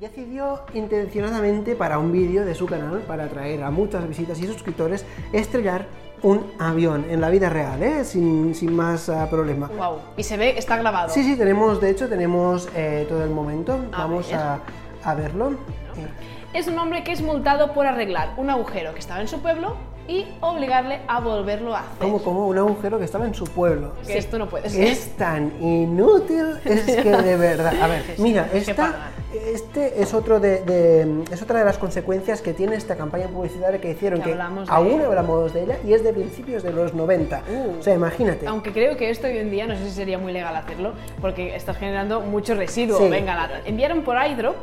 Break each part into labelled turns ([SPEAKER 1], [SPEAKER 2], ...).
[SPEAKER 1] Decidió Mm, intencionadamente para un vídeo de su canal, para atraer a muchas visitas y suscriptores, estrellar un avión en la vida real, ¿eh? sin, sin más ah, problema.
[SPEAKER 2] Wow. Y se ve, está grabado.
[SPEAKER 1] Sí, sí, tenemos, de hecho, tenemos eh, todo el momento. Vamos
[SPEAKER 2] ver.
[SPEAKER 1] a, a verlo. Eh,
[SPEAKER 2] Es un hombre que es multado por arreglar un agujero que estaba en su pueblo y obligarle a volverlo a hacer.
[SPEAKER 1] Como, como un agujero que estaba en su pueblo.
[SPEAKER 2] Que esto no puede ser.
[SPEAKER 1] Es tan inútil, es que de verdad. A ver,
[SPEAKER 2] Sí, sí, ¿eh?
[SPEAKER 1] mira,
[SPEAKER 2] hay que
[SPEAKER 1] esta,
[SPEAKER 2] pagar.
[SPEAKER 1] este es otro de, de- es otra de las consecuencias que tiene esta campaña publicitaria que hicieron,
[SPEAKER 2] Que
[SPEAKER 1] que,
[SPEAKER 2] hablamos de
[SPEAKER 1] aún
[SPEAKER 2] ella.
[SPEAKER 1] hablamos de ella y es de principios de los 90.
[SPEAKER 2] Uh.
[SPEAKER 1] o sea, imagínate.
[SPEAKER 2] Aunque creo que esto hoy en día no sé si sería muy legal hacerlo, porque estás generando mucho residuo.
[SPEAKER 1] Sí.
[SPEAKER 2] Venga, la- enviaron por iDrop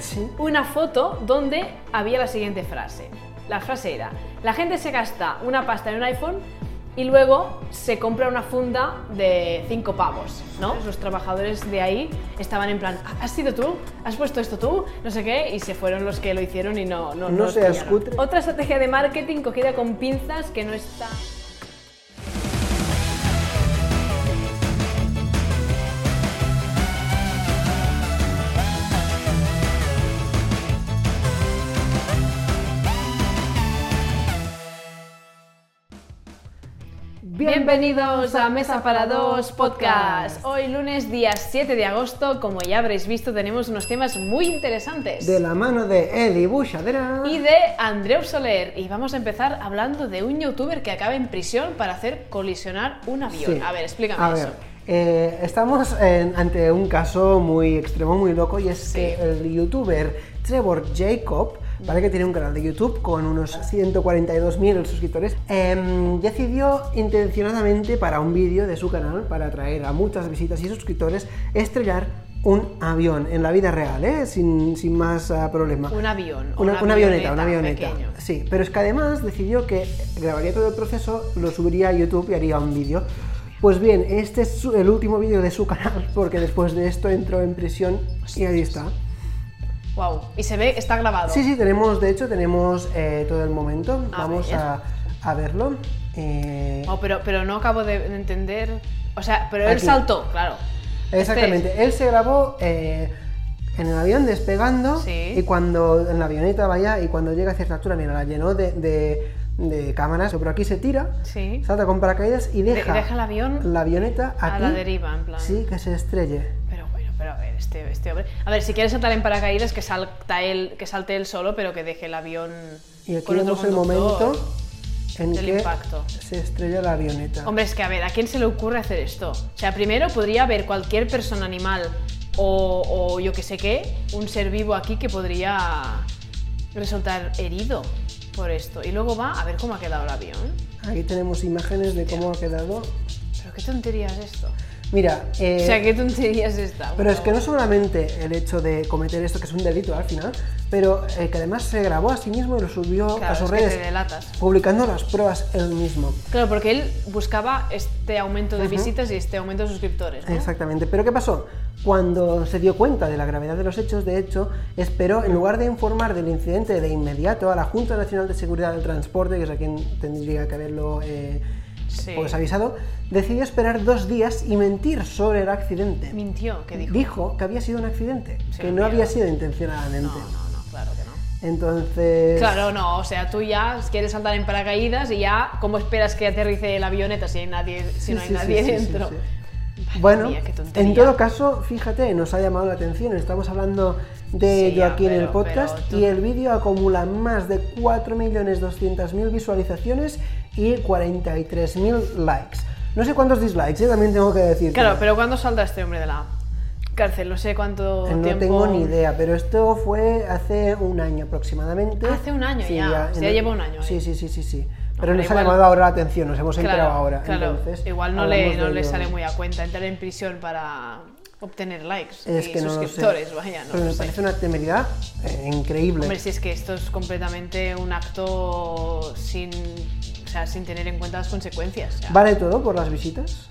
[SPEAKER 1] Sí.
[SPEAKER 2] una foto donde había la siguiente frase. La frase era, la gente se gasta una pasta en un iPhone y luego se compra una funda de 5 pavos, ¿no? Los trabajadores de ahí estaban en plan, ¿has sido tú? ¿Has puesto esto tú? No sé qué, y se fueron los que lo hicieron y no... No,
[SPEAKER 1] No
[SPEAKER 2] los
[SPEAKER 1] seas
[SPEAKER 2] pillaron.
[SPEAKER 1] cutre.
[SPEAKER 2] Otra estrategia de marketing cogida con pinzas que no está... Bienvenidos a Mesa para Dos Podcast. Hoy lunes día 7 de agosto, como ya habréis visto, tenemos unos temas muy interesantes.
[SPEAKER 1] De la mano de Eli Bushadera.
[SPEAKER 2] y de Andreu Soler. Y vamos a empezar hablando de un youtuber que acaba en prisión para hacer colisionar un avión.
[SPEAKER 1] Sí.
[SPEAKER 2] A ver, explícame
[SPEAKER 1] A
[SPEAKER 2] eso.
[SPEAKER 1] ver, eh, estamos en- ante un caso muy extremo, muy loco, y es que el youtuber Trevor Jacob, ¿vale? que tiene un canal de YouTube con unos 142.000 suscriptores, em, decidió intencionadamente para un vídeo de su canal, para atraer a muchas visitas y suscriptores, estrellar un avión en la vida real, ¿eh? sin, sin más ah, problema.
[SPEAKER 2] Un avión. o
[SPEAKER 1] Una, una avioneta, una avioneta.
[SPEAKER 2] pequeño.
[SPEAKER 1] Sí, pero es que además decidió que grabaría todo el proceso, lo subiría a YouTube y haría un vídeo. Pues bien, este es su- el último vídeo de su canal, porque después de esto entró en prisión y ahí está.
[SPEAKER 2] Wow. Y se ve, está grabado.
[SPEAKER 1] Sí, sí, tenemos, de hecho, tenemos eh, todo el momento.
[SPEAKER 2] A
[SPEAKER 1] Vamos
[SPEAKER 2] ver.
[SPEAKER 1] a, a verlo. Eh,
[SPEAKER 2] Oh, pero, pero no acabo de de entender. O sea, pero él
[SPEAKER 1] Aquí.
[SPEAKER 2] saltó, claro. este
[SPEAKER 1] Exactamente, él se grabó eh, en el avión despegando
[SPEAKER 2] Sí.
[SPEAKER 1] y cuando en la avioneta vaya y cuando llega a cierta altura, mira, la llenó de, de- de cámaras, pero aquí se tira,
[SPEAKER 2] Sí.
[SPEAKER 1] salta con paracaídas y
[SPEAKER 2] De-
[SPEAKER 1] deja,
[SPEAKER 2] deja el avión
[SPEAKER 1] la avioneta
[SPEAKER 2] a
[SPEAKER 1] aquí,
[SPEAKER 2] la deriva, en plan.
[SPEAKER 1] sí, que se estrelle.
[SPEAKER 2] Pero bueno, pero a ver, este, este hombre. A ver, si quieres saltar en paracaídas, que, salta él, que salte él solo, pero que deje el avión.
[SPEAKER 1] Y aquí
[SPEAKER 2] con otro
[SPEAKER 1] vemos el
[SPEAKER 2] conductor.
[SPEAKER 1] momento en
[SPEAKER 2] del
[SPEAKER 1] que
[SPEAKER 2] impacto.
[SPEAKER 1] se estrella la avioneta.
[SPEAKER 2] Hombre, es que a ver, ¿a quién se le ocurre hacer esto? O sea, primero podría haber cualquier persona animal o, o yo que sé qué, un ser vivo aquí que podría resultar herido por esto. Y luego va a ver cómo ha quedado el avión.
[SPEAKER 1] Aquí tenemos imágenes de cómo ha quedado.
[SPEAKER 2] Pero qué tontería es esto.
[SPEAKER 1] Mira, eh,
[SPEAKER 2] O sea, qué tontería es esta. por
[SPEAKER 1] Pero es que no
[SPEAKER 2] favor.
[SPEAKER 1] solamente el hecho de cometer esto, que es un delito al final, pero eh, que además se grabó a sí mismo y lo subió
[SPEAKER 2] Claro,
[SPEAKER 1] a sus
[SPEAKER 2] es que te
[SPEAKER 1] redes,
[SPEAKER 2] delatas.
[SPEAKER 1] publicando las pruebas él mismo.
[SPEAKER 2] Claro, porque él buscaba este aumento de visitas y este aumento de suscriptores. ¿no?
[SPEAKER 1] Exactamente. Pero ¿qué pasó? Cuando se dio cuenta de la gravedad de los hechos, de hecho, esperó, en lugar de informar del incidente de inmediato a la Junta Nacional de Seguridad del Transporte, que es a quien tendría que haberlo eh,
[SPEAKER 2] Sí.
[SPEAKER 1] pues, avisado, decidió esperar dos días y mentir sobre el accidente.
[SPEAKER 2] Mintió, que dijo.
[SPEAKER 1] que había sido un accidente,
[SPEAKER 2] Sí,
[SPEAKER 1] que
[SPEAKER 2] un
[SPEAKER 1] no había
[SPEAKER 2] miedo.
[SPEAKER 1] sido intencionadamente.
[SPEAKER 2] No, no, no, claro que no.
[SPEAKER 1] Entonces.
[SPEAKER 2] Claro, no, o sea, tú ya quieres saltar en paracaídas y ya, ¿cómo esperas que aterrice la avioneta si, hay nadie, si
[SPEAKER 1] Sí,
[SPEAKER 2] no hay
[SPEAKER 1] sí,
[SPEAKER 2] nadie
[SPEAKER 1] sí, sí, sí,
[SPEAKER 2] dentro?
[SPEAKER 1] sí.
[SPEAKER 2] Madre
[SPEAKER 1] Bueno,
[SPEAKER 2] mía, qué tontería.
[SPEAKER 1] en todo caso, fíjate, nos ha llamado la atención. Estamos hablando de
[SPEAKER 2] Sí,
[SPEAKER 1] ello
[SPEAKER 2] ya,
[SPEAKER 1] aquí en el
[SPEAKER 2] pero-
[SPEAKER 1] podcast
[SPEAKER 2] pero tú-
[SPEAKER 1] y el vídeo acumula más de 4.200.000 visualizaciones y 43.000 likes. No sé cuántos dislikes, ¿eh? también tengo que decir.
[SPEAKER 2] Claro, pero ¿cuándo saldrá este hombre de la cárcel? No sé cuánto
[SPEAKER 1] No
[SPEAKER 2] tiempo.
[SPEAKER 1] tengo ni idea, pero esto fue hace un año aproximadamente.
[SPEAKER 2] Hace un año ya, o sea,
[SPEAKER 1] en-
[SPEAKER 2] lleva un año
[SPEAKER 1] Sí,
[SPEAKER 2] ahí.
[SPEAKER 1] sí, sí, sí, sí. Pero
[SPEAKER 2] pero
[SPEAKER 1] nos ha
[SPEAKER 2] igual-
[SPEAKER 1] llamado ahora la atención, nos hemos
[SPEAKER 2] Claro,
[SPEAKER 1] enterado ahora.
[SPEAKER 2] claro.
[SPEAKER 1] entonces,
[SPEAKER 2] Igual no, le,
[SPEAKER 1] hablamos
[SPEAKER 2] no
[SPEAKER 1] de
[SPEAKER 2] le
[SPEAKER 1] ello.
[SPEAKER 2] sale muy a cuenta entrar en prisión para obtener likes
[SPEAKER 1] Es
[SPEAKER 2] y
[SPEAKER 1] que no lo sé.
[SPEAKER 2] Eh, suscriptores, vaya, no
[SPEAKER 1] Pero
[SPEAKER 2] lo
[SPEAKER 1] me
[SPEAKER 2] sé.
[SPEAKER 1] parece una temeridad eh, increíble.
[SPEAKER 2] Hombre, si es que esto es completamente un acto sin, o sea, sin tener en cuenta las consecuencias. o sea,
[SPEAKER 1] ¿Vale todo por las visitas?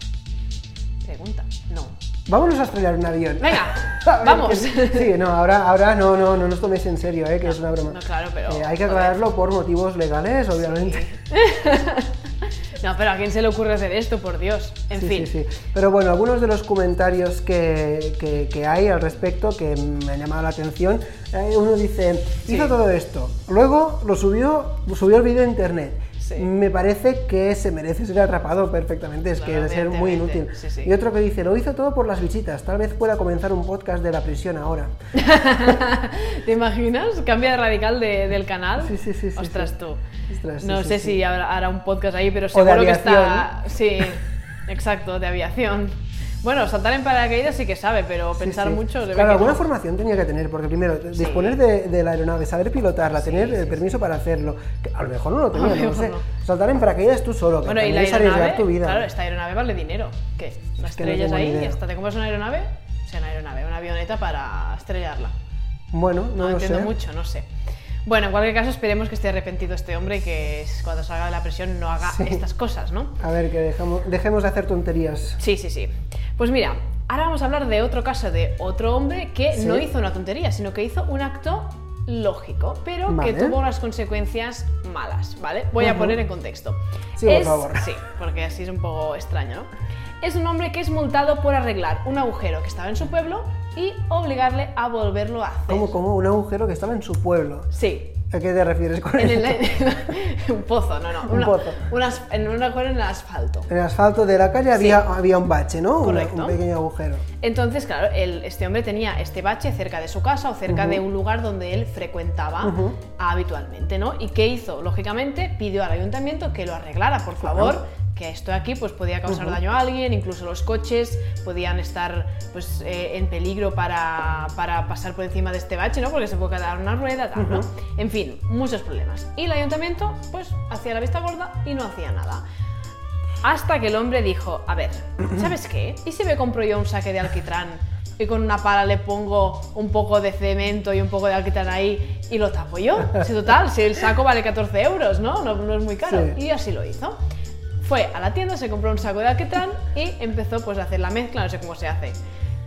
[SPEAKER 2] Pregunta. No.
[SPEAKER 1] Vámonos a estrellar un avión.
[SPEAKER 2] Venga,
[SPEAKER 1] A ver,
[SPEAKER 2] vamos.
[SPEAKER 1] que- sí, no, ahora, ahora no, no, no nos toméis en serio, eh, que es una broma.
[SPEAKER 2] no, claro, pero,
[SPEAKER 1] Eh, hay que
[SPEAKER 2] joder.
[SPEAKER 1] aclararlo por motivos legales, obviamente.
[SPEAKER 2] No, pero ¿a quién se le ocurre hacer esto, por Dios? En
[SPEAKER 1] Sí,
[SPEAKER 2] fin.
[SPEAKER 1] sí, sí. Pero bueno, algunos de los comentarios que, que- que hay al respecto que me han llamado la atención, eh, uno dice, hizo
[SPEAKER 2] Sí.
[SPEAKER 1] todo esto, luego lo subió, subió el vídeo a internet.
[SPEAKER 2] Sí.
[SPEAKER 1] Me parece que se merece ser atrapado perfectamente, es que debe ser muy
[SPEAKER 2] Claramente,
[SPEAKER 1] inútil.
[SPEAKER 2] sí, sí.
[SPEAKER 1] Y otro que dice, lo hizo todo por las visitas, tal vez pueda comenzar un podcast de la prisión ahora.
[SPEAKER 2] ¿Te imaginas? Cambia de radical de- del canal.
[SPEAKER 1] Sí, sí, sí, sí,
[SPEAKER 2] Ostras,
[SPEAKER 1] sí.
[SPEAKER 2] tú.
[SPEAKER 1] Ostras, sí,
[SPEAKER 2] no
[SPEAKER 1] sí,
[SPEAKER 2] sé
[SPEAKER 1] sí.
[SPEAKER 2] si habrá- hará un podcast ahí, pero seguro que está. Sí, exacto, de aviación. Bueno, saltar en paracaídas sí que sabe, pero
[SPEAKER 1] Sí,
[SPEAKER 2] pensar
[SPEAKER 1] sí.
[SPEAKER 2] mucho. se ve
[SPEAKER 1] Claro,
[SPEAKER 2] que
[SPEAKER 1] alguna
[SPEAKER 2] no.
[SPEAKER 1] formación tenía que tener, porque primero, disponer de, de la aeronave, saber pilotarla, tener el permiso para hacerlo, que a lo mejor no lo tenía,
[SPEAKER 2] lo
[SPEAKER 1] no lo
[SPEAKER 2] mejor
[SPEAKER 1] sé.
[SPEAKER 2] no.
[SPEAKER 1] Saltar en paracaídas tú solo, que
[SPEAKER 2] Bueno, y la
[SPEAKER 1] también es arriesgar
[SPEAKER 2] aeronave.
[SPEAKER 1] tu vida.
[SPEAKER 2] Claro, este esta aeronave vale dinero. ¿Qué? Las
[SPEAKER 1] que no
[SPEAKER 2] estrellas
[SPEAKER 1] tengo ni
[SPEAKER 2] ahí y
[SPEAKER 1] idea.
[SPEAKER 2] hasta te compras una aeronave. O sea, una aeronave, una avioneta para estrellarla.
[SPEAKER 1] Bueno, no,
[SPEAKER 2] No,
[SPEAKER 1] lo
[SPEAKER 2] entiendo
[SPEAKER 1] sé.
[SPEAKER 2] mucho, no sé. Bueno, en cualquier caso, esperemos que esté arrepentido este hombre y que es- cuando salga de la presión no haga
[SPEAKER 1] Sí.
[SPEAKER 2] estas cosas, ¿no?
[SPEAKER 1] A ver, que dejamos, dejemos de hacer tonterías.
[SPEAKER 2] Sí, sí, sí. Pues mira, ahora vamos a hablar de otro caso de otro hombre que
[SPEAKER 1] Sí.
[SPEAKER 2] no hizo una tontería, sino que hizo un acto lógico, pero
[SPEAKER 1] Vale.
[SPEAKER 2] que tuvo unas consecuencias malas, ¿vale? Voy a
[SPEAKER 1] Ujú.
[SPEAKER 2] poner en contexto.
[SPEAKER 1] Sí, por favor.
[SPEAKER 2] Sí, porque así es un poco extraño, ¿no? Es un hombre que es multado por arreglar un agujero que estaba en su pueblo y obligarle a volverlo a hacer.
[SPEAKER 1] Como, como un agujero que estaba en su pueblo.
[SPEAKER 2] Sí,
[SPEAKER 1] ¿A qué te refieres con
[SPEAKER 2] en el,
[SPEAKER 1] esto?
[SPEAKER 2] un pozo, no, no.
[SPEAKER 1] Un pozo.
[SPEAKER 2] unas- en un agujero en el asfalto.
[SPEAKER 1] En el asfalto de la calle había, había un bache, ¿no? Un-
[SPEAKER 2] Correcto.
[SPEAKER 1] Un, pequeño agujero.
[SPEAKER 2] Entonces, claro, el- este hombre tenía este bache cerca de su casa o cerca de un lugar donde él frecuentaba
[SPEAKER 1] Ujú.
[SPEAKER 2] habitualmente, ¿no? ¿Y qué hizo? Lógicamente, pidió al ayuntamiento que lo arreglara, por favor, que esto de aquí pues, podía causar daño a alguien, incluso los coches podían estar pues, eh, en peligro para, para pasar por encima de este bache, ¿no? Porque se puede quedar una rueda, tal, ¿no?
[SPEAKER 1] Ujú.
[SPEAKER 2] En fin, muchos problemas. Y el ayuntamiento, pues, hacía la vista gorda y no hacía nada. Hasta que el hombre dijo, a ver, ¿sabes qué? ¿Y si me compro yo un saque de alquitrán y con una pala le pongo un poco de cemento y un poco de alquitrán ahí y lo tapo yo? Si total, si el saco vale 14 euros, ¿no? No, no es muy caro.
[SPEAKER 1] Sí.
[SPEAKER 2] Y así lo hizo. Fue a la tienda, se compró un saco de alquitrán y empezó pues a hacer la mezcla, no sé cómo se hace,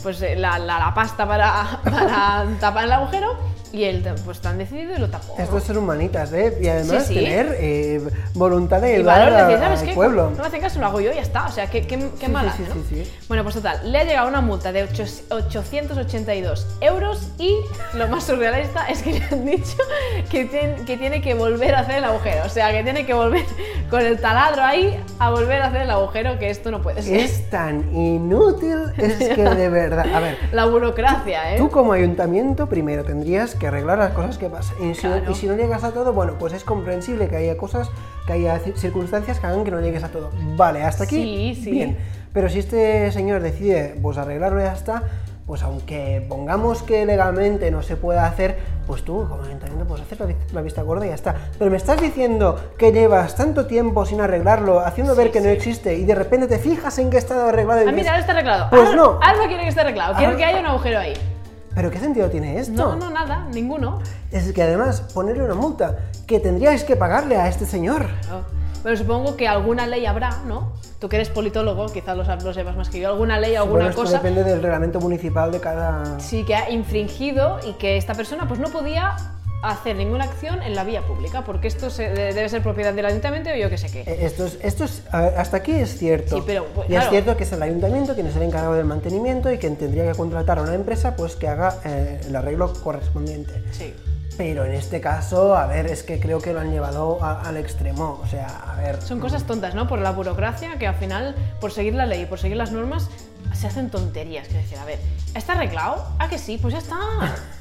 [SPEAKER 2] pues eh, la, la- la pasta para, para tapar el agujero y él pues tan decidido y lo tapó. ¿no?
[SPEAKER 1] Esto es ser humanitas, ¿eh? Y además
[SPEAKER 2] Sí, sí.
[SPEAKER 1] tener eh, voluntad de
[SPEAKER 2] y
[SPEAKER 1] ayudar
[SPEAKER 2] valor de decir,
[SPEAKER 1] a-
[SPEAKER 2] ¿sabes
[SPEAKER 1] al
[SPEAKER 2] qué?
[SPEAKER 1] pueblo.
[SPEAKER 2] No me hacen caso, lo hago yo y ya está. O sea, qué, qué, qué
[SPEAKER 1] sí,
[SPEAKER 2] mala.
[SPEAKER 1] sí,
[SPEAKER 2] ¿no?
[SPEAKER 1] sí, sí.
[SPEAKER 2] Bueno, pues total, le ha llegado una multa de ocho- 882 euros y lo más surrealista es que le han dicho que, tien- que tiene que volver a hacer el agujero. O sea, que tiene que volver con el taladro ahí a volver a hacer el agujero, que esto no puede ser.
[SPEAKER 1] Es tan inútil, es que de verdad. A ver,
[SPEAKER 2] La burocracia, ¿eh?
[SPEAKER 1] Tú como ayuntamiento primero tendrías que arreglar las cosas que pasan. Y si,
[SPEAKER 2] Claro.
[SPEAKER 1] y si no llegas a todo, bueno, pues es comprensible que haya cosas, que haya ci- circunstancias que hagan que no llegues a todo. Vale, hasta aquí.
[SPEAKER 2] Sí, sí.
[SPEAKER 1] Bien. Pero si este señor decide pues arreglarlo y ya está, pues aunque pongamos que legalmente no se pueda hacer, pues tú como ayuntamiento pues haces la, vis- la vista gorda y ya está. Pero me estás diciendo que llevas tanto tiempo sin arreglarlo, haciendo
[SPEAKER 2] Sí,
[SPEAKER 1] ver que no
[SPEAKER 2] sí.
[SPEAKER 1] existe y de repente te fijas en que ha estado arreglado y
[SPEAKER 2] Ah,
[SPEAKER 1] dices,
[SPEAKER 2] mira, ahora está arreglado.
[SPEAKER 1] Pues
[SPEAKER 2] Ahora-
[SPEAKER 1] no. Ah.
[SPEAKER 2] Ahora quiere que esté arreglado. Quiero
[SPEAKER 1] Ahora-
[SPEAKER 2] que haya un agujero ahí.
[SPEAKER 1] ¿pero qué sentido tiene esto?
[SPEAKER 2] No, no, nada, ninguno.
[SPEAKER 1] Es que además ponerle una multa que tendríais que pagarle a este señor.
[SPEAKER 2] Claro. Pero supongo que alguna ley habrá, ¿no? Tú que eres politólogo, quizás lo, sab- lo sepas más que yo, alguna ley, alguna
[SPEAKER 1] bueno, esto
[SPEAKER 2] cosa
[SPEAKER 1] depende del reglamento municipal de cada.
[SPEAKER 2] sí que ha infringido y que esta persona pues no podía hacer ninguna acción en la vía pública, porque esto se- de- debe ser propiedad del ayuntamiento o yo qué sé qué.
[SPEAKER 1] Eh, Esto es, esto es- a ver, hasta aquí es cierto.
[SPEAKER 2] Sí, pero, pues,
[SPEAKER 1] y
[SPEAKER 2] claro.
[SPEAKER 1] es cierto que es el ayuntamiento quien es el encargado del mantenimiento y quien tendría que contratar a una empresa pues que haga eh, el arreglo correspondiente.
[SPEAKER 2] Sí.
[SPEAKER 1] Pero en este caso, a ver, es que creo que lo han llevado a- al extremo. O sea, a ver.
[SPEAKER 2] Son cosas tontas, ¿no? Por la burocracia que al final, por seguir la ley, por seguir las normas, se hacen tonterías. Quiero decir, a ver, ¿está arreglado? Ah, que sí, pues ya está.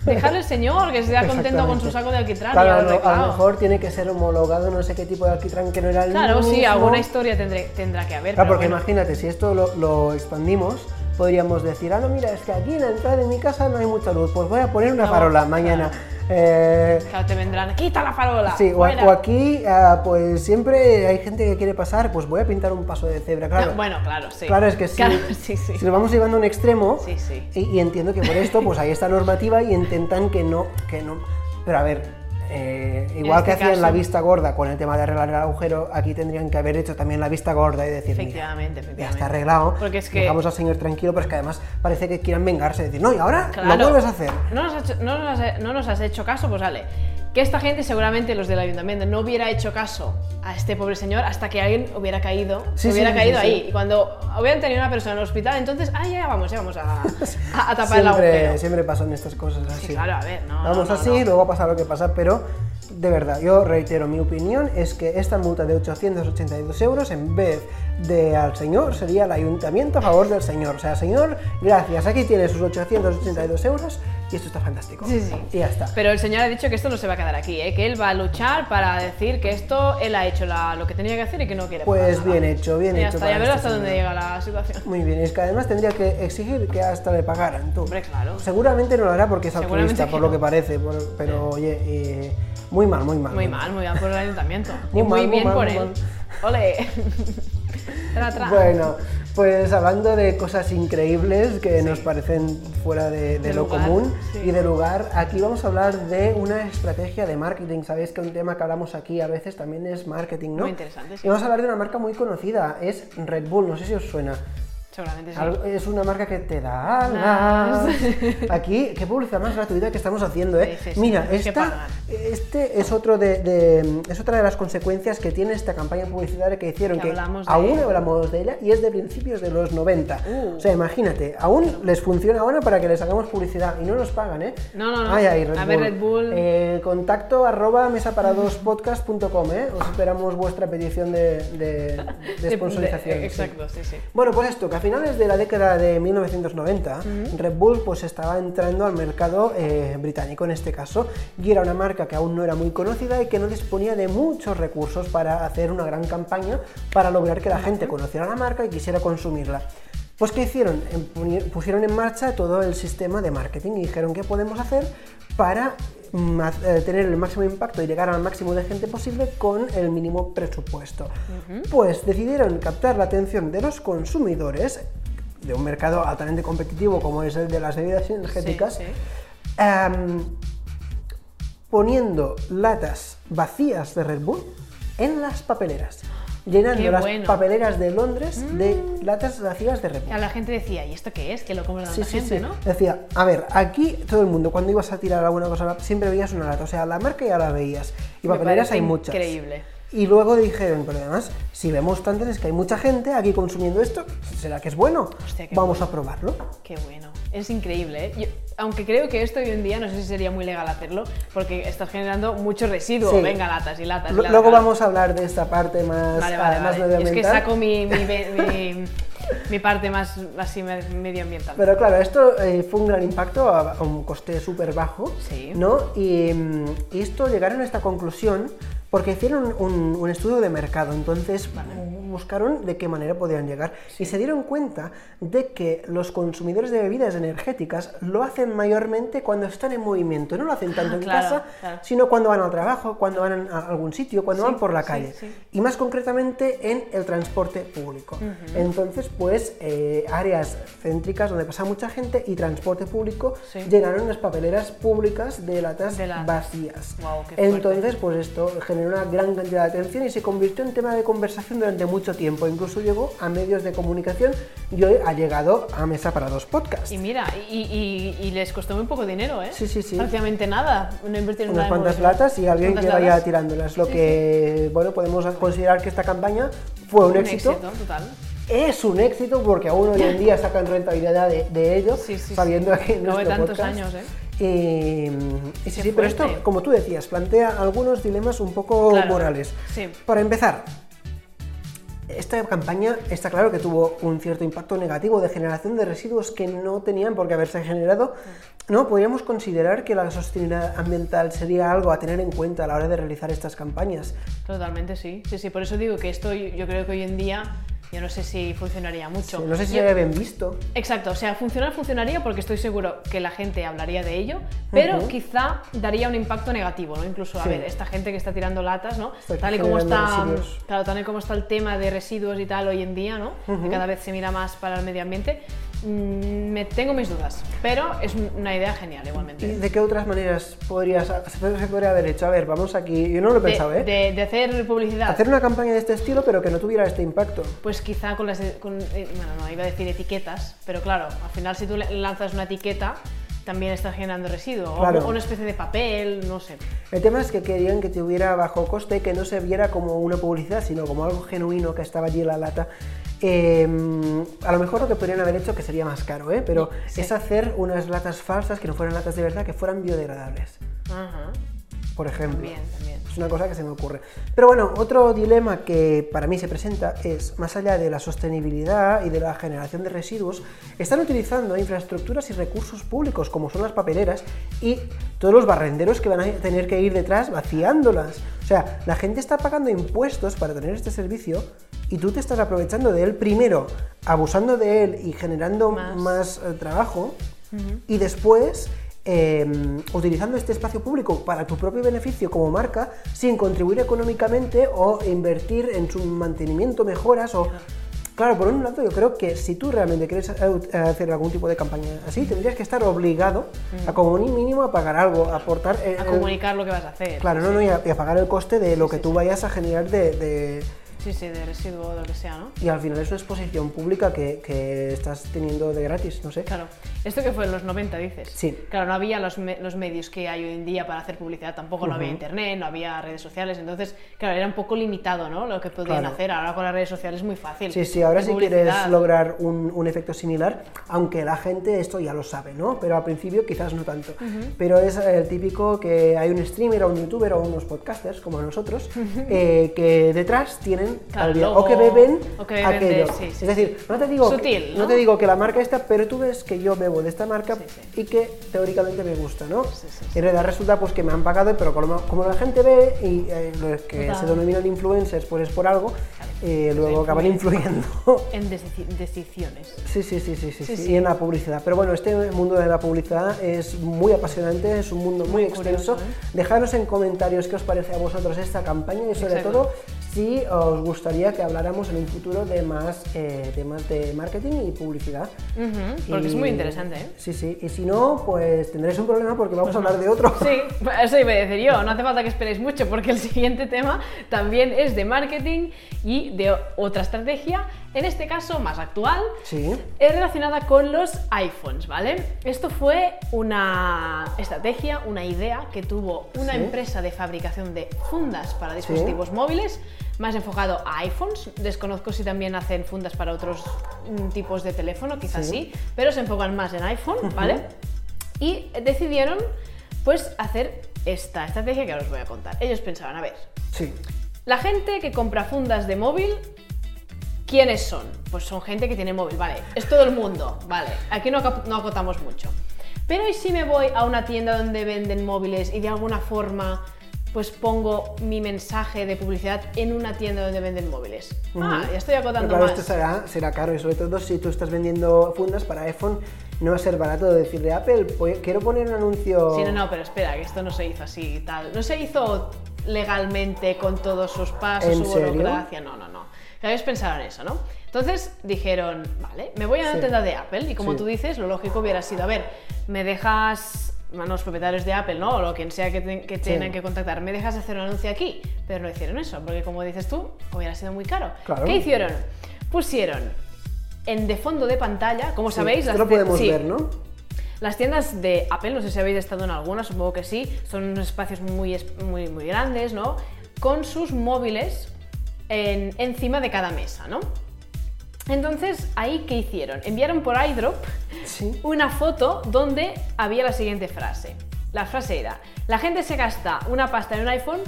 [SPEAKER 2] Dejarle al señor que sea contento con su
[SPEAKER 1] Exactamente.
[SPEAKER 2] saco de alquitrán.
[SPEAKER 1] Claro,
[SPEAKER 2] y
[SPEAKER 1] a lo- a
[SPEAKER 2] arreglado.
[SPEAKER 1] lo mejor tiene que ser homologado no sé qué tipo de alquitrán que no era el
[SPEAKER 2] Claro, sí,
[SPEAKER 1] mismo.
[SPEAKER 2] alguna historia tendré- tendrá que haber.
[SPEAKER 1] Claro,
[SPEAKER 2] pero
[SPEAKER 1] porque
[SPEAKER 2] bueno.
[SPEAKER 1] imagínate, si esto lo, lo expandimos, podríamos decir, ah, no, mira, es que aquí en la entrada de mi casa no hay mucha luz, pues voy a poner una
[SPEAKER 2] No,
[SPEAKER 1] farola mañana. Eh,
[SPEAKER 2] Claro, te vendrán, quita la farola.
[SPEAKER 1] sí, o, a-
[SPEAKER 2] fuera".
[SPEAKER 1] o aquí, ah, pues siempre hay gente que quiere pasar, pues voy a pintar un paso de cebra, claro.
[SPEAKER 2] No, bueno, claro, sí.
[SPEAKER 1] Claro, es que sí.
[SPEAKER 2] Claro, sí, sí.
[SPEAKER 1] Si lo vamos llevando a un extremo,
[SPEAKER 2] Sí, sí.
[SPEAKER 1] Y, y entiendo que por esto, pues hay esta normativa y intentan que no, que no. Pero a ver, eh, igual que
[SPEAKER 2] este
[SPEAKER 1] hacían la
[SPEAKER 2] caso-
[SPEAKER 1] vista gorda con el tema de arreglar el agujero, aquí tendrían que haber hecho también la vista gorda y decir, mira,
[SPEAKER 2] Efectivamente,
[SPEAKER 1] ya
[SPEAKER 2] efectivamente.
[SPEAKER 1] está arreglado.
[SPEAKER 2] Porque es que-
[SPEAKER 1] Dejamos al señor tranquilo, pero es que además parece que quieran vengarse. Decir, no, y ahora
[SPEAKER 2] Claro.
[SPEAKER 1] lo vuelves a hacer.
[SPEAKER 2] No nos, has hecho- no nos has- no nos has hecho caso, pues vale. Que esta gente, seguramente los del ayuntamiento, no hubiera hecho caso a este pobre señor hasta que alguien hubiera caído,
[SPEAKER 1] Sí, sí,
[SPEAKER 2] hubiera
[SPEAKER 1] sí,
[SPEAKER 2] caído
[SPEAKER 1] sí, sí.
[SPEAKER 2] ahí. Y cuando hubieran tenido una persona en el hospital, entonces, ah, ya, ya vamos, ya vamos a, a- a tapar el agujero.
[SPEAKER 1] Siempre, siempre pasan estas cosas así.
[SPEAKER 2] Sí, claro, a ver, no.
[SPEAKER 1] Vamos
[SPEAKER 2] no, no,
[SPEAKER 1] así,
[SPEAKER 2] no.
[SPEAKER 1] luego pasa lo que pasa, pero de verdad, yo reitero, mi opinión es que esta multa de 882 euros en vez de al señor sería el ayuntamiento a favor del señor. O sea, señor, gracias, aquí tiene sus 882 euros y esto está fantástico.
[SPEAKER 2] Sí, sí.
[SPEAKER 1] Y ya está.
[SPEAKER 2] Pero el señor ha dicho que esto no se va a quedar aquí, ¿eh? que él va a luchar para decir que esto él ha hecho la- lo que tenía que hacer y que no quiere. pagar
[SPEAKER 1] Pues
[SPEAKER 2] nada.
[SPEAKER 1] bien hecho, bien
[SPEAKER 2] Y
[SPEAKER 1] hecho.
[SPEAKER 2] hasta
[SPEAKER 1] para
[SPEAKER 2] ya ver
[SPEAKER 1] este
[SPEAKER 2] hasta dónde
[SPEAKER 1] señor.
[SPEAKER 2] llega la situación.
[SPEAKER 1] Muy bien, es que además tendría que exigir que hasta le pagaran tú.
[SPEAKER 2] Hombre, claro.
[SPEAKER 1] Seguramente no lo hará porque es
[SPEAKER 2] Seguramente
[SPEAKER 1] altruista,
[SPEAKER 2] que
[SPEAKER 1] por lo
[SPEAKER 2] no.
[SPEAKER 1] que parece, por- pero oye, eh, muy mal, muy mal.
[SPEAKER 2] Muy mal, muy mal por el ayuntamiento.
[SPEAKER 1] Muy
[SPEAKER 2] y muy
[SPEAKER 1] mal, muy
[SPEAKER 2] bien
[SPEAKER 1] mal,
[SPEAKER 2] por
[SPEAKER 1] muy
[SPEAKER 2] él.
[SPEAKER 1] mal.
[SPEAKER 2] Ole. Tra, tra.
[SPEAKER 1] Bueno, pues hablando de cosas increíbles que
[SPEAKER 2] Sí.
[SPEAKER 1] nos parecen fuera de, de
[SPEAKER 2] De
[SPEAKER 1] lo
[SPEAKER 2] lugar,
[SPEAKER 1] común
[SPEAKER 2] sí.
[SPEAKER 1] y de lugar, aquí vamos a hablar de una estrategia de marketing. Sabéis que un tema que hablamos aquí a veces también es marketing, ¿no?
[SPEAKER 2] Muy interesante, sí.
[SPEAKER 1] Y vamos a hablar de una marca muy conocida, es Red Bull, no sé si os suena.
[SPEAKER 2] Seguramente sí. Ah,
[SPEAKER 1] Algo- Es una marca que te da alas. Aquí, qué publicidad más gratuita que estamos haciendo, ¿eh?
[SPEAKER 2] Sí, sí, sí,
[SPEAKER 1] Mira,
[SPEAKER 2] tienes que
[SPEAKER 1] esta,
[SPEAKER 2] pagar.
[SPEAKER 1] este es otro de, de- es otra de las consecuencias que tiene esta campaña publicitaria que hicieron,
[SPEAKER 2] Que
[SPEAKER 1] que,
[SPEAKER 2] hablamos de-
[SPEAKER 1] aún hablamos de ella y es de principios de los 90.
[SPEAKER 2] Uh.
[SPEAKER 1] O sea, imagínate, aún les funciona ahora para que les hagamos publicidad y no nos pagan, ¿eh?
[SPEAKER 2] No, no, no.
[SPEAKER 1] Ay, ay, Red
[SPEAKER 2] A ver,
[SPEAKER 1] Bull.
[SPEAKER 2] Red Bull.
[SPEAKER 1] Eh, contacto arroba mesaparadospodcast.com, ¿eh? Os esperamos vuestra petición de, de, de
[SPEAKER 2] De-
[SPEAKER 1] sponsorización.
[SPEAKER 2] de-
[SPEAKER 1] sí.
[SPEAKER 2] Exacto, sí, sí.
[SPEAKER 1] Bueno, pues esto, que a finales de la década de 1990, Red Bull pues estaba entrando al mercado eh, británico en este caso, y era una marca que aún no era muy conocida y que no disponía de muchos recursos para hacer una gran campaña para lograr que la gente conociera la marca y quisiera consumirla. Pues ¿qué hicieron? Em, puni- Pusieron en marcha todo el sistema de marketing y dijeron qué podemos hacer para mm, haz- eh, tener el máximo impacto y llegar al máximo de gente posible con el mínimo presupuesto. Pues decidieron captar la atención de los consumidores de un mercado altamente competitivo como es el de las bebidas energéticas,
[SPEAKER 2] sí.
[SPEAKER 1] em, poniendo latas vacías de Red Bull en las papeleras, llenando
[SPEAKER 2] Qué
[SPEAKER 1] las
[SPEAKER 2] bueno.
[SPEAKER 1] papeleras de Londres de latas vacías de Red Bull.
[SPEAKER 2] Ya La gente decía, Mm. ¿y esto qué es? Que lo compra tanta gente, ¿no?
[SPEAKER 1] Decía, a ver, aquí todo el mundo, cuando ibas a tirar alguna cosa, siempre veías una lata. O sea, la marca ya la veías. Y
[SPEAKER 2] Me
[SPEAKER 1] papeleras
[SPEAKER 2] parece
[SPEAKER 1] hay muchas.
[SPEAKER 2] Increíble.
[SPEAKER 1] Y luego dijeron, pero además, si vemos tantas es que hay mucha gente aquí consumiendo esto, ¿será que es bueno?
[SPEAKER 2] Hostia, qué
[SPEAKER 1] Vamos a probarlo.
[SPEAKER 2] Qué bueno, es increíble. ¿eh? Yo- aunque creo que esto hoy en día no sé si sería muy legal hacerlo, porque estás generando mucho residuo.
[SPEAKER 1] Sí.
[SPEAKER 2] Venga, latas y latas. y
[SPEAKER 1] Lo-
[SPEAKER 2] latas.
[SPEAKER 1] Luego vamos a hablar de esta parte más,
[SPEAKER 2] Vale,
[SPEAKER 1] eh,
[SPEAKER 2] vale,
[SPEAKER 1] más
[SPEAKER 2] vale. Es que
[SPEAKER 1] medioambiental.
[SPEAKER 2] saco mi, mi, ve- mi- mi parte más así me- medioambiental.
[SPEAKER 1] Pero claro, esto eh, fue un gran impacto a, a un coste súper bajo,
[SPEAKER 2] Sí.
[SPEAKER 1] ¿no? Y, mm, y esto llegaron a esta conclusión porque hicieron un, un estudio de mercado, entonces bu- buscaron de qué manera podían llegar y se dieron cuenta de que los consumidores de bebidas energéticas lo hacen mayormente cuando están en movimiento, no lo hacen tanto en
[SPEAKER 2] Ah, claro,
[SPEAKER 1] casa,
[SPEAKER 2] claro.
[SPEAKER 1] sino cuando van al trabajo, cuando van a algún sitio, cuando
[SPEAKER 2] Sí,
[SPEAKER 1] van por la
[SPEAKER 2] sí,
[SPEAKER 1] calle
[SPEAKER 2] sí.
[SPEAKER 1] y más concretamente en el transporte público. Entonces, pues eh, áreas céntricas donde pasa mucha gente y transporte público
[SPEAKER 2] Sí.
[SPEAKER 1] llenaron las papeleras públicas de latas
[SPEAKER 2] De latas.
[SPEAKER 1] vacías.
[SPEAKER 2] Guau, qué fuerte.
[SPEAKER 1] Entonces, pues esto generó una gran cantidad de atención y se convirtió en tema de conversación durante mucho tiempo. Incluso llegó a medios de comunicación y hoy ha llegado a Mesa para dos podcasts.
[SPEAKER 2] Y mira, y, y- y les costó muy poco dinero, ¿eh?
[SPEAKER 1] Sí, sí, sí.
[SPEAKER 2] Prácticamente nada. No invirtieron
[SPEAKER 1] unas
[SPEAKER 2] nada en
[SPEAKER 1] cuantas
[SPEAKER 2] publicidad.
[SPEAKER 1] latas y alguien
[SPEAKER 2] ¿Cuántas
[SPEAKER 1] que vaya
[SPEAKER 2] latas?
[SPEAKER 1] tirándolas. Lo que, bueno, podemos considerar que esta campaña fue un,
[SPEAKER 2] Un
[SPEAKER 1] éxito.
[SPEAKER 2] éxito, total.
[SPEAKER 1] es un éxito porque aún hoy en día sacan rentabilidad de, de ello,
[SPEAKER 2] Sí, sí,
[SPEAKER 1] sabiendo
[SPEAKER 2] sí.
[SPEAKER 1] que en
[SPEAKER 2] Luego de
[SPEAKER 1] nuestro
[SPEAKER 2] tantos
[SPEAKER 1] podcast-
[SPEAKER 2] años, ¿eh?
[SPEAKER 1] Eh, y sí,
[SPEAKER 2] Qué
[SPEAKER 1] sí, pero esto,
[SPEAKER 2] fuerte.
[SPEAKER 1] como tú decías, plantea algunos dilemas un poco
[SPEAKER 2] Claro,
[SPEAKER 1] morales.
[SPEAKER 2] sí.
[SPEAKER 1] Para empezar, esta campaña está claro que tuvo un cierto impacto negativo de generación de residuos que no tenían por qué haberse generado.
[SPEAKER 2] Mm.
[SPEAKER 1] ¿no? Podríamos considerar que la sostenibilidad ambiental sería algo a tener en cuenta a la hora de realizar estas campañas.
[SPEAKER 2] Totalmente sí. Sí, sí, por eso digo que esto yo yo creo que hoy en día yo no sé si funcionaría mucho.
[SPEAKER 1] No sé si
[SPEAKER 2] Yo-
[SPEAKER 1] se ven visto.
[SPEAKER 2] Exacto, o sea, funcionar funcionaría porque estoy seguro que la gente hablaría de ello, pero
[SPEAKER 1] Ujú.
[SPEAKER 2] quizá daría un impacto negativo, ¿no? Incluso, a
[SPEAKER 1] Sí.
[SPEAKER 2] ver, esta gente que está tirando latas, ¿no?
[SPEAKER 1] Está
[SPEAKER 2] tal y como
[SPEAKER 1] generando
[SPEAKER 2] está,
[SPEAKER 1] residuos.
[SPEAKER 2] claro, tal y como está el tema de residuos y tal hoy en día, ¿no? Que cada vez se mira más para el medio ambiente. mm, me tengo mis dudas, pero es una idea genial igualmente.
[SPEAKER 1] ¿Y de qué otras maneras podrías, se se podría haber hecho? A ver, vamos aquí. Yo no lo he
[SPEAKER 2] De-
[SPEAKER 1] pensado, ¿eh?
[SPEAKER 2] de- de hacer publicidad.
[SPEAKER 1] Hacer una campaña de este estilo, pero que no tuviera este impacto.
[SPEAKER 2] Pues quizá con las. con, eh, bueno, no, iba a decir etiquetas, pero claro, al final si tú le- lanzas una etiqueta, también estás generando residuo. o-
[SPEAKER 1] Claro.
[SPEAKER 2] O una especie de papel, no sé.
[SPEAKER 1] El tema es que querían que tuviera bajo coste, que no se viera como una publicidad, sino como algo genuino que estaba allí en la lata. Eh, a lo mejor lo que podrían haber hecho, que sería más caro, ¿eh? pero
[SPEAKER 2] Sí.
[SPEAKER 1] es hacer unas latas falsas que no fueran latas de verdad, que fueran biodegradables,
[SPEAKER 2] Ajá.
[SPEAKER 1] por ejemplo.
[SPEAKER 2] También, también.
[SPEAKER 1] Es una cosa que se me ocurre. Pero bueno, otro dilema que para mí se presenta es, más allá de la sostenibilidad y de la generación de residuos, están utilizando infraestructuras y recursos públicos como son las papeleras y todos los barrenderos que van a tener que ir detrás vaciándolas. O sea, la gente está pagando impuestos para tener este servicio y tú te estás aprovechando de él primero, abusando de él y generando
[SPEAKER 2] Más.
[SPEAKER 1] más más, eh, trabajo y después eh, utilizando este espacio público para tu propio beneficio como marca sin contribuir económicamente o invertir en su mantenimiento, mejoras o... Claro, por un lado yo creo que si tú realmente quieres eh, ut- eh, hacer algún tipo de campaña así, tendrías que estar obligado a como ni mínimo a pagar algo, a aportar... eh,
[SPEAKER 2] A
[SPEAKER 1] el-
[SPEAKER 2] comunicar lo que vas a hacer.
[SPEAKER 1] Claro, no, no, y a, y a pagar el coste de lo que tú vayas a generar de- de,
[SPEAKER 2] Sí, sí, de residuo o de lo que sea, ¿no?
[SPEAKER 1] y al final es una exposición pública que, que estás teniendo de gratis, no sé.
[SPEAKER 2] Claro. Esto que fue en los 90, dices.
[SPEAKER 1] Sí.
[SPEAKER 2] Claro, no había los, me- los medios que hay hoy en día para hacer publicidad, tampoco no había internet, no había redes sociales, entonces, claro, era un poco limitado, ¿no? Lo que podían
[SPEAKER 1] Claro.
[SPEAKER 2] hacer. Ahora con las redes sociales es muy fácil.
[SPEAKER 1] Sí, sí, ahora
[SPEAKER 2] De
[SPEAKER 1] si quieres
[SPEAKER 2] publicidad.
[SPEAKER 1] lograr un, un efecto similar, aunque la gente esto ya lo sabe, ¿no? Pero al principio quizás no tanto. Pero es eh, el típico que hay un streamer o un youtuber o unos podcasters como nosotros eh, que detrás tienen
[SPEAKER 2] Claro,
[SPEAKER 1] al día-
[SPEAKER 2] logo,
[SPEAKER 1] o que beben,
[SPEAKER 2] o que beben de-
[SPEAKER 1] aquello.
[SPEAKER 2] sí, sí,
[SPEAKER 1] es decir, no te digo
[SPEAKER 2] Sutil,
[SPEAKER 1] que,
[SPEAKER 2] ¿no?
[SPEAKER 1] te digo que la marca está, pero tú ves que yo bebo de esta marca
[SPEAKER 2] Sí, sí.
[SPEAKER 1] y que teóricamente me gusta, ¿no?
[SPEAKER 2] Sí, sí, sí.
[SPEAKER 1] En realidad resulta pues que me han pagado, pero como, como la gente ve y eh, los que
[SPEAKER 2] Total.
[SPEAKER 1] se denominan influencers pues es por algo, eh, luego acaban influyendo.
[SPEAKER 2] En deci- decisiones.
[SPEAKER 1] Sí, sí, sí, sí, sí,
[SPEAKER 2] Sí,
[SPEAKER 1] sí,
[SPEAKER 2] sí.
[SPEAKER 1] y en la publicidad. Pero bueno, este mundo de la publicidad es muy apasionante, es un mundo muy,
[SPEAKER 2] Muy curioso,
[SPEAKER 1] extenso.
[SPEAKER 2] ¿eh?
[SPEAKER 1] Dejadnos en comentarios qué os parece a vosotros esta campaña y sobre
[SPEAKER 2] Exacto.
[SPEAKER 1] todo si os gustaría que habláramos en un futuro de más eh, temas de marketing y publicidad.
[SPEAKER 2] Ujú, porque es
[SPEAKER 1] Y-
[SPEAKER 2] muy interesante, ¿eh?
[SPEAKER 1] Sí, sí, y si no, pues tendréis un problema porque vamos a hablar de otro.
[SPEAKER 2] Sí, eso iba a decir yo, no hace falta que esperéis mucho porque el siguiente tema también es de marketing y de otra estrategia, en este caso más actual,
[SPEAKER 1] Sí.
[SPEAKER 2] es relacionada con los iPhones, ¿vale? Esto fue una estrategia, una idea que tuvo una
[SPEAKER 1] Sí.
[SPEAKER 2] empresa de fabricación de fundas para dispositivos móviles, más enfocado a iPhones. Desconozco si también hacen fundas para otros mm, tipos de teléfono, quizás sí,
[SPEAKER 1] Sí.
[SPEAKER 2] pero se enfocan más en iPhone, ¿vale? Y decidieron, pues, hacer esta estrategia que ahora os voy a contar. Ellos pensaban, a ver,
[SPEAKER 1] Sí.
[SPEAKER 2] la gente que compra fundas de móvil, ¿quiénes son? Pues son gente que tiene móvil, vale. Es todo el mundo, vale. Aquí no, acap- no acotamos mucho. Pero ¿y si me voy a una tienda donde venden móviles y de alguna forma pues pongo mi mensaje de publicidad en una tienda donde venden móviles? Ah,
[SPEAKER 1] Ujú.
[SPEAKER 2] ya estoy acotando
[SPEAKER 1] Pero claro, este
[SPEAKER 2] más.
[SPEAKER 1] esto será, será caro y sobre todo si tú estás vendiendo fundas para iPhone, no va a ser barato decirle a Apple, pues, quiero poner un anuncio...
[SPEAKER 2] Sí, no, no, pero espera, que esto no se hizo así y tal. No se hizo legalmente con todos sus pasos,
[SPEAKER 1] ¿En
[SPEAKER 2] su
[SPEAKER 1] serio?
[SPEAKER 2] burocracia, no, no, no. Ellos pensaron eso, ¿no? Entonces dijeron, vale, me voy a la
[SPEAKER 1] Sí.
[SPEAKER 2] tienda de Apple y como
[SPEAKER 1] Sí.
[SPEAKER 2] tú dices, lo lógico hubiera sido, a ver, me dejas a los propietarios de Apple, ¿no? O lo quien sea que, te- que tengan que contactar, me dejas hacer un anuncio aquí, pero no hicieron eso, porque como dices tú, hubiera sido muy caro.
[SPEAKER 1] Claro.
[SPEAKER 2] ¿Qué hicieron? Pusieron en de fondo de pantalla, como
[SPEAKER 1] Sí,
[SPEAKER 2] sabéis,
[SPEAKER 1] esto
[SPEAKER 2] las
[SPEAKER 1] lo
[SPEAKER 2] tien-
[SPEAKER 1] podemos
[SPEAKER 2] sí,
[SPEAKER 1] ver, ¿no?
[SPEAKER 2] las tiendas de Apple, no sé si habéis estado en alguna, supongo que sí, son unos espacios muy, es- muy, muy grandes, ¿no? Con sus móviles en- encima de cada mesa, ¿no? Entonces, ahí, ¿qué hicieron? Enviaron por iDrop
[SPEAKER 1] Sí.
[SPEAKER 2] una foto donde había la siguiente frase. La frase era, la gente se gasta una pasta en un iPhone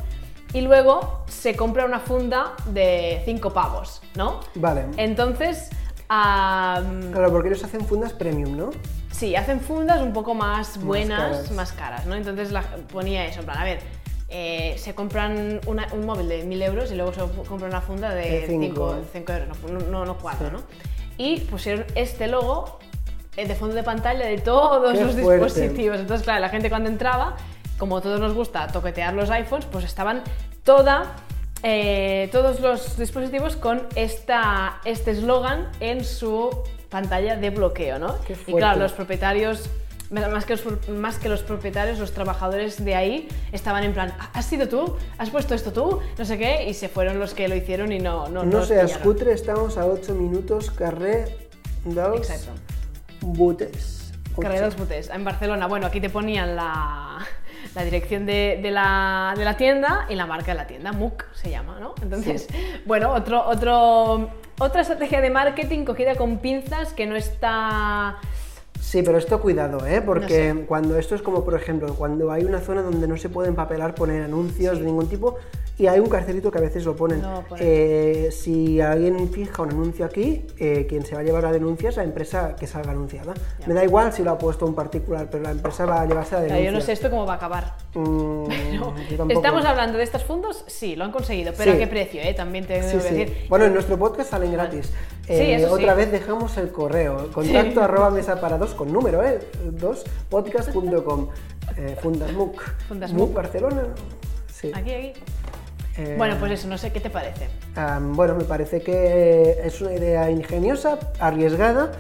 [SPEAKER 2] y luego se compra una funda de 5 pavos, ¿no?
[SPEAKER 1] Vale.
[SPEAKER 2] Entonces, ah,
[SPEAKER 1] Claro, porque ellos hacen fundas premium, ¿no?
[SPEAKER 2] Sí, hacen fundas un poco más buenas, más caras,
[SPEAKER 1] caras.
[SPEAKER 2] ¿no? Entonces la- ponía eso, en plan, a ver, eh, se compran una- un móvil de 1000 euros y luego se compran una funda de
[SPEAKER 1] De cinco.
[SPEAKER 2] 5 euros, no, no, no cuatro, ¿no? Y pusieron este logo eh, de fondo de pantalla de todos
[SPEAKER 1] Qué
[SPEAKER 2] los
[SPEAKER 1] fuerte.
[SPEAKER 2] dispositivos. Entonces, claro, la gente cuando entraba, como a todos nos gusta toquetear los iPhones, pues estaban toda... eh, todos los dispositivos con esta, este eslogan en su pantalla de bloqueo, ¿no?
[SPEAKER 1] Qué
[SPEAKER 2] Y claro,
[SPEAKER 1] fuerte.
[SPEAKER 2] los propietarios, más que los, pro- más que los propietarios, los trabajadores de ahí estaban en plan, ¿has sido tú? ¿Has puesto esto tú? No sé qué, y se fueron los que lo hicieron y no... No,
[SPEAKER 1] No,
[SPEAKER 2] los
[SPEAKER 1] seas
[SPEAKER 2] pillaron.
[SPEAKER 1] cutre, estamos a 8 minutos carré dos
[SPEAKER 2] Exacto.
[SPEAKER 1] botes.
[SPEAKER 2] Carrera de los Butes, en Barcelona. Bueno, aquí te ponían la, la dirección de, de la, de la tienda y la marca de la tienda, MUC se llama, ¿no? Entonces, bueno, otro, otro, otra estrategia de marketing cogida con pinzas que no está...
[SPEAKER 1] Sí, pero esto cuidado, ¿eh? Porque cuando esto es como, por ejemplo, cuando hay una zona donde no se puede empapelar, poner anuncios de ningún tipo y hay un carcelito que a veces lo ponen.
[SPEAKER 2] No, pues. ponen.
[SPEAKER 1] Eh, si alguien fija un anuncio aquí, eh, quien se va a llevar la denuncia es la empresa que salga anunciada. Me da igual si lo ha puesto un particular, pero la empresa va a llevarse la
[SPEAKER 2] O sea,
[SPEAKER 1] denuncia.
[SPEAKER 2] yo no sé esto cómo va a acabar.
[SPEAKER 1] Mm,
[SPEAKER 2] No.
[SPEAKER 1] yo tampoco.
[SPEAKER 2] Estamos hablando de estos fondos, sí, lo han conseguido, pero
[SPEAKER 1] Sí.
[SPEAKER 2] a qué precio, ¿eh? También te
[SPEAKER 1] Sí,
[SPEAKER 2] debo
[SPEAKER 1] sí.
[SPEAKER 2] decir.
[SPEAKER 1] Bueno, en nuestro podcast salen gratis. Eh,
[SPEAKER 2] Sí, eso sí.
[SPEAKER 1] Otra vez dejamos el correo, contacto arroba mesa para dos con número, ¿eh? Dos, podcast.com, eh, Fundasmuc.
[SPEAKER 2] Fundasmuc.
[SPEAKER 1] Muc Barcelona. Sí.
[SPEAKER 2] Aquí, aquí.
[SPEAKER 1] Eh,
[SPEAKER 2] Bueno, pues eso, no sé qué te parece.
[SPEAKER 1] am, bueno, me parece que es una idea ingeniosa, arriesgada.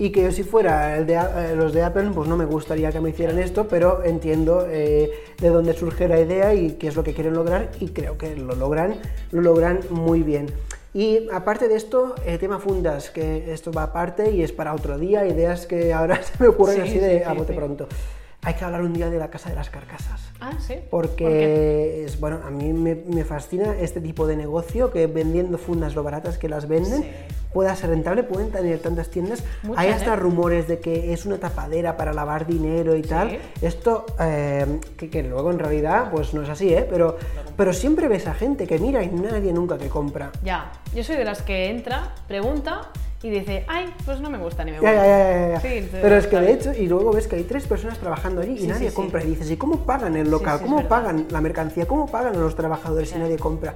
[SPEAKER 1] Y que yo si fuera el de, A- eh, los de Apple, pues no me gustaría que me hicieran esto, pero entiendo eh, de dónde surge la idea y qué es lo que quieren lograr y creo que lo logran, lo logran muy bien. Y aparte de esto, el tema fundas, que esto va aparte y es para otro día, ideas que ahora se me ocurren
[SPEAKER 2] Sí,
[SPEAKER 1] así de
[SPEAKER 2] sí,
[SPEAKER 1] a
[SPEAKER 2] sí,
[SPEAKER 1] bote
[SPEAKER 2] sí.
[SPEAKER 1] pronto. Hay que hablar un día de la casa de las carcasas
[SPEAKER 2] Ah, sí. ¿Por qué?
[SPEAKER 1] porque es bueno a mí me, me fascina este tipo de negocio que vendiendo fundas lo baratas que las venden
[SPEAKER 2] Sí.
[SPEAKER 1] pueda ser rentable pueden tener tantas tiendas
[SPEAKER 2] Muchas,
[SPEAKER 1] hay hasta
[SPEAKER 2] ¿eh?
[SPEAKER 1] rumores de que es una tapadera para lavar dinero y tal esto eh, que, que luego en realidad pues no es así eh pero pero siempre ves a gente que mira y nadie nunca que compra
[SPEAKER 2] Ya, yo soy de las que entra, pregunta y dice, ay, pues no me gusta ni me
[SPEAKER 1] Ya,
[SPEAKER 2] gusta.
[SPEAKER 1] ya, ya, ya, ya.
[SPEAKER 2] Sí, te-
[SPEAKER 1] Pero es que de
[SPEAKER 2] tal.
[SPEAKER 1] hecho, y luego ves que hay tres personas trabajando allí y
[SPEAKER 2] Sí,
[SPEAKER 1] nadie
[SPEAKER 2] sí, sí.
[SPEAKER 1] compra. Y dices, ¿y cómo pagan el local?
[SPEAKER 2] sí, es
[SPEAKER 1] ¿Cómo
[SPEAKER 2] verdad.
[SPEAKER 1] pagan la mercancía? ¿Cómo pagan a los trabajadores si nadie compra?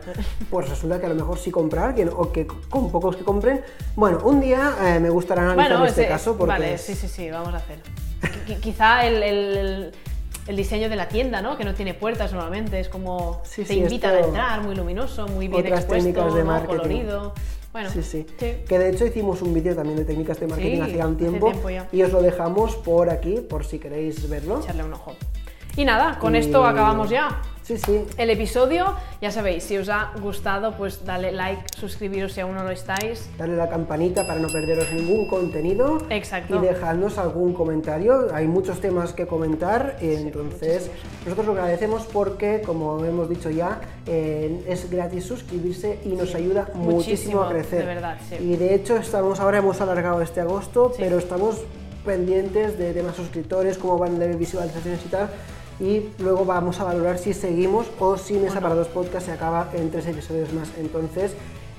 [SPEAKER 1] Pues resulta que a lo mejor sí compra alguien o que con pocos que compren. Bueno, un día eh, me gustará analizar
[SPEAKER 2] Bueno,
[SPEAKER 1] este
[SPEAKER 2] ese-
[SPEAKER 1] caso porque.
[SPEAKER 2] Vale,
[SPEAKER 1] es-
[SPEAKER 2] sí, sí, sí, vamos a hacer. Qui- qui- Quizá el, el- el diseño de la tienda, ¿no? Que no tiene puertas normalmente, es como
[SPEAKER 1] Sí,
[SPEAKER 2] te
[SPEAKER 1] sí,
[SPEAKER 2] invitan
[SPEAKER 1] esto-
[SPEAKER 2] a entrar, muy luminoso, muy bien
[SPEAKER 1] Otras
[SPEAKER 2] expuesto,
[SPEAKER 1] técnicas de
[SPEAKER 2] ¿no?
[SPEAKER 1] marketing.
[SPEAKER 2] colorido. Bueno,
[SPEAKER 1] Sí, sí. Que de hecho hicimos un vídeo también de técnicas de marketing
[SPEAKER 2] Sí,
[SPEAKER 1] hace un
[SPEAKER 2] hace
[SPEAKER 1] tiempo,
[SPEAKER 2] tiempo ya.
[SPEAKER 1] y os lo dejamos por aquí por si queréis verlo.
[SPEAKER 2] echarle un ojo. Y nada, con esto
[SPEAKER 1] Y-
[SPEAKER 2] acabamos ya.
[SPEAKER 1] Sí, sí.
[SPEAKER 2] el episodio. Ya sabéis, si os ha gustado, pues dale like, suscribiros si aún no lo estáis.
[SPEAKER 1] Dale la campanita para no perderos ningún contenido.
[SPEAKER 2] Exacto.
[SPEAKER 1] Y dejadnos algún comentario. Hay muchos temas que comentar. entonces, nosotros lo agradecemos porque, como hemos dicho ya, eh, es gratis suscribirse y nos ayuda muchísimo,
[SPEAKER 2] muchísimo,
[SPEAKER 1] a crecer.
[SPEAKER 2] de verdad, sí.
[SPEAKER 1] Y de hecho, estamos ahora hemos alargado este agosto,
[SPEAKER 2] Sí.
[SPEAKER 1] pero estamos pendientes de temas suscriptores, cómo van de visualizaciones y tal. Y luego vamos a valorar si seguimos o si Mesa para dos Podcast se acaba en tres episodios más. Entonces,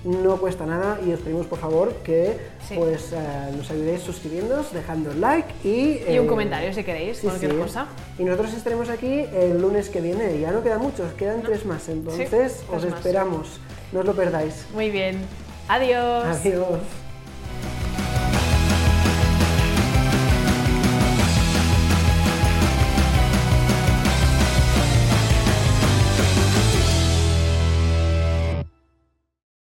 [SPEAKER 1] no cuesta nada y os pedimos por favor que
[SPEAKER 2] Sí.
[SPEAKER 1] pues eh, nos ayudéis suscribiéndoos, dejando un like y,
[SPEAKER 2] Y un
[SPEAKER 1] eh,
[SPEAKER 2] comentario si queréis,
[SPEAKER 1] sí,
[SPEAKER 2] cualquier
[SPEAKER 1] sí.
[SPEAKER 2] cosa.
[SPEAKER 1] Y nosotros estaremos aquí el lunes que viene. Ya no quedan muchos, quedan tres más. Entonces,
[SPEAKER 2] tres
[SPEAKER 1] os
[SPEAKER 2] más.
[SPEAKER 1] esperamos. No os lo perdáis.
[SPEAKER 2] Muy bien. Adiós.
[SPEAKER 1] Adiós.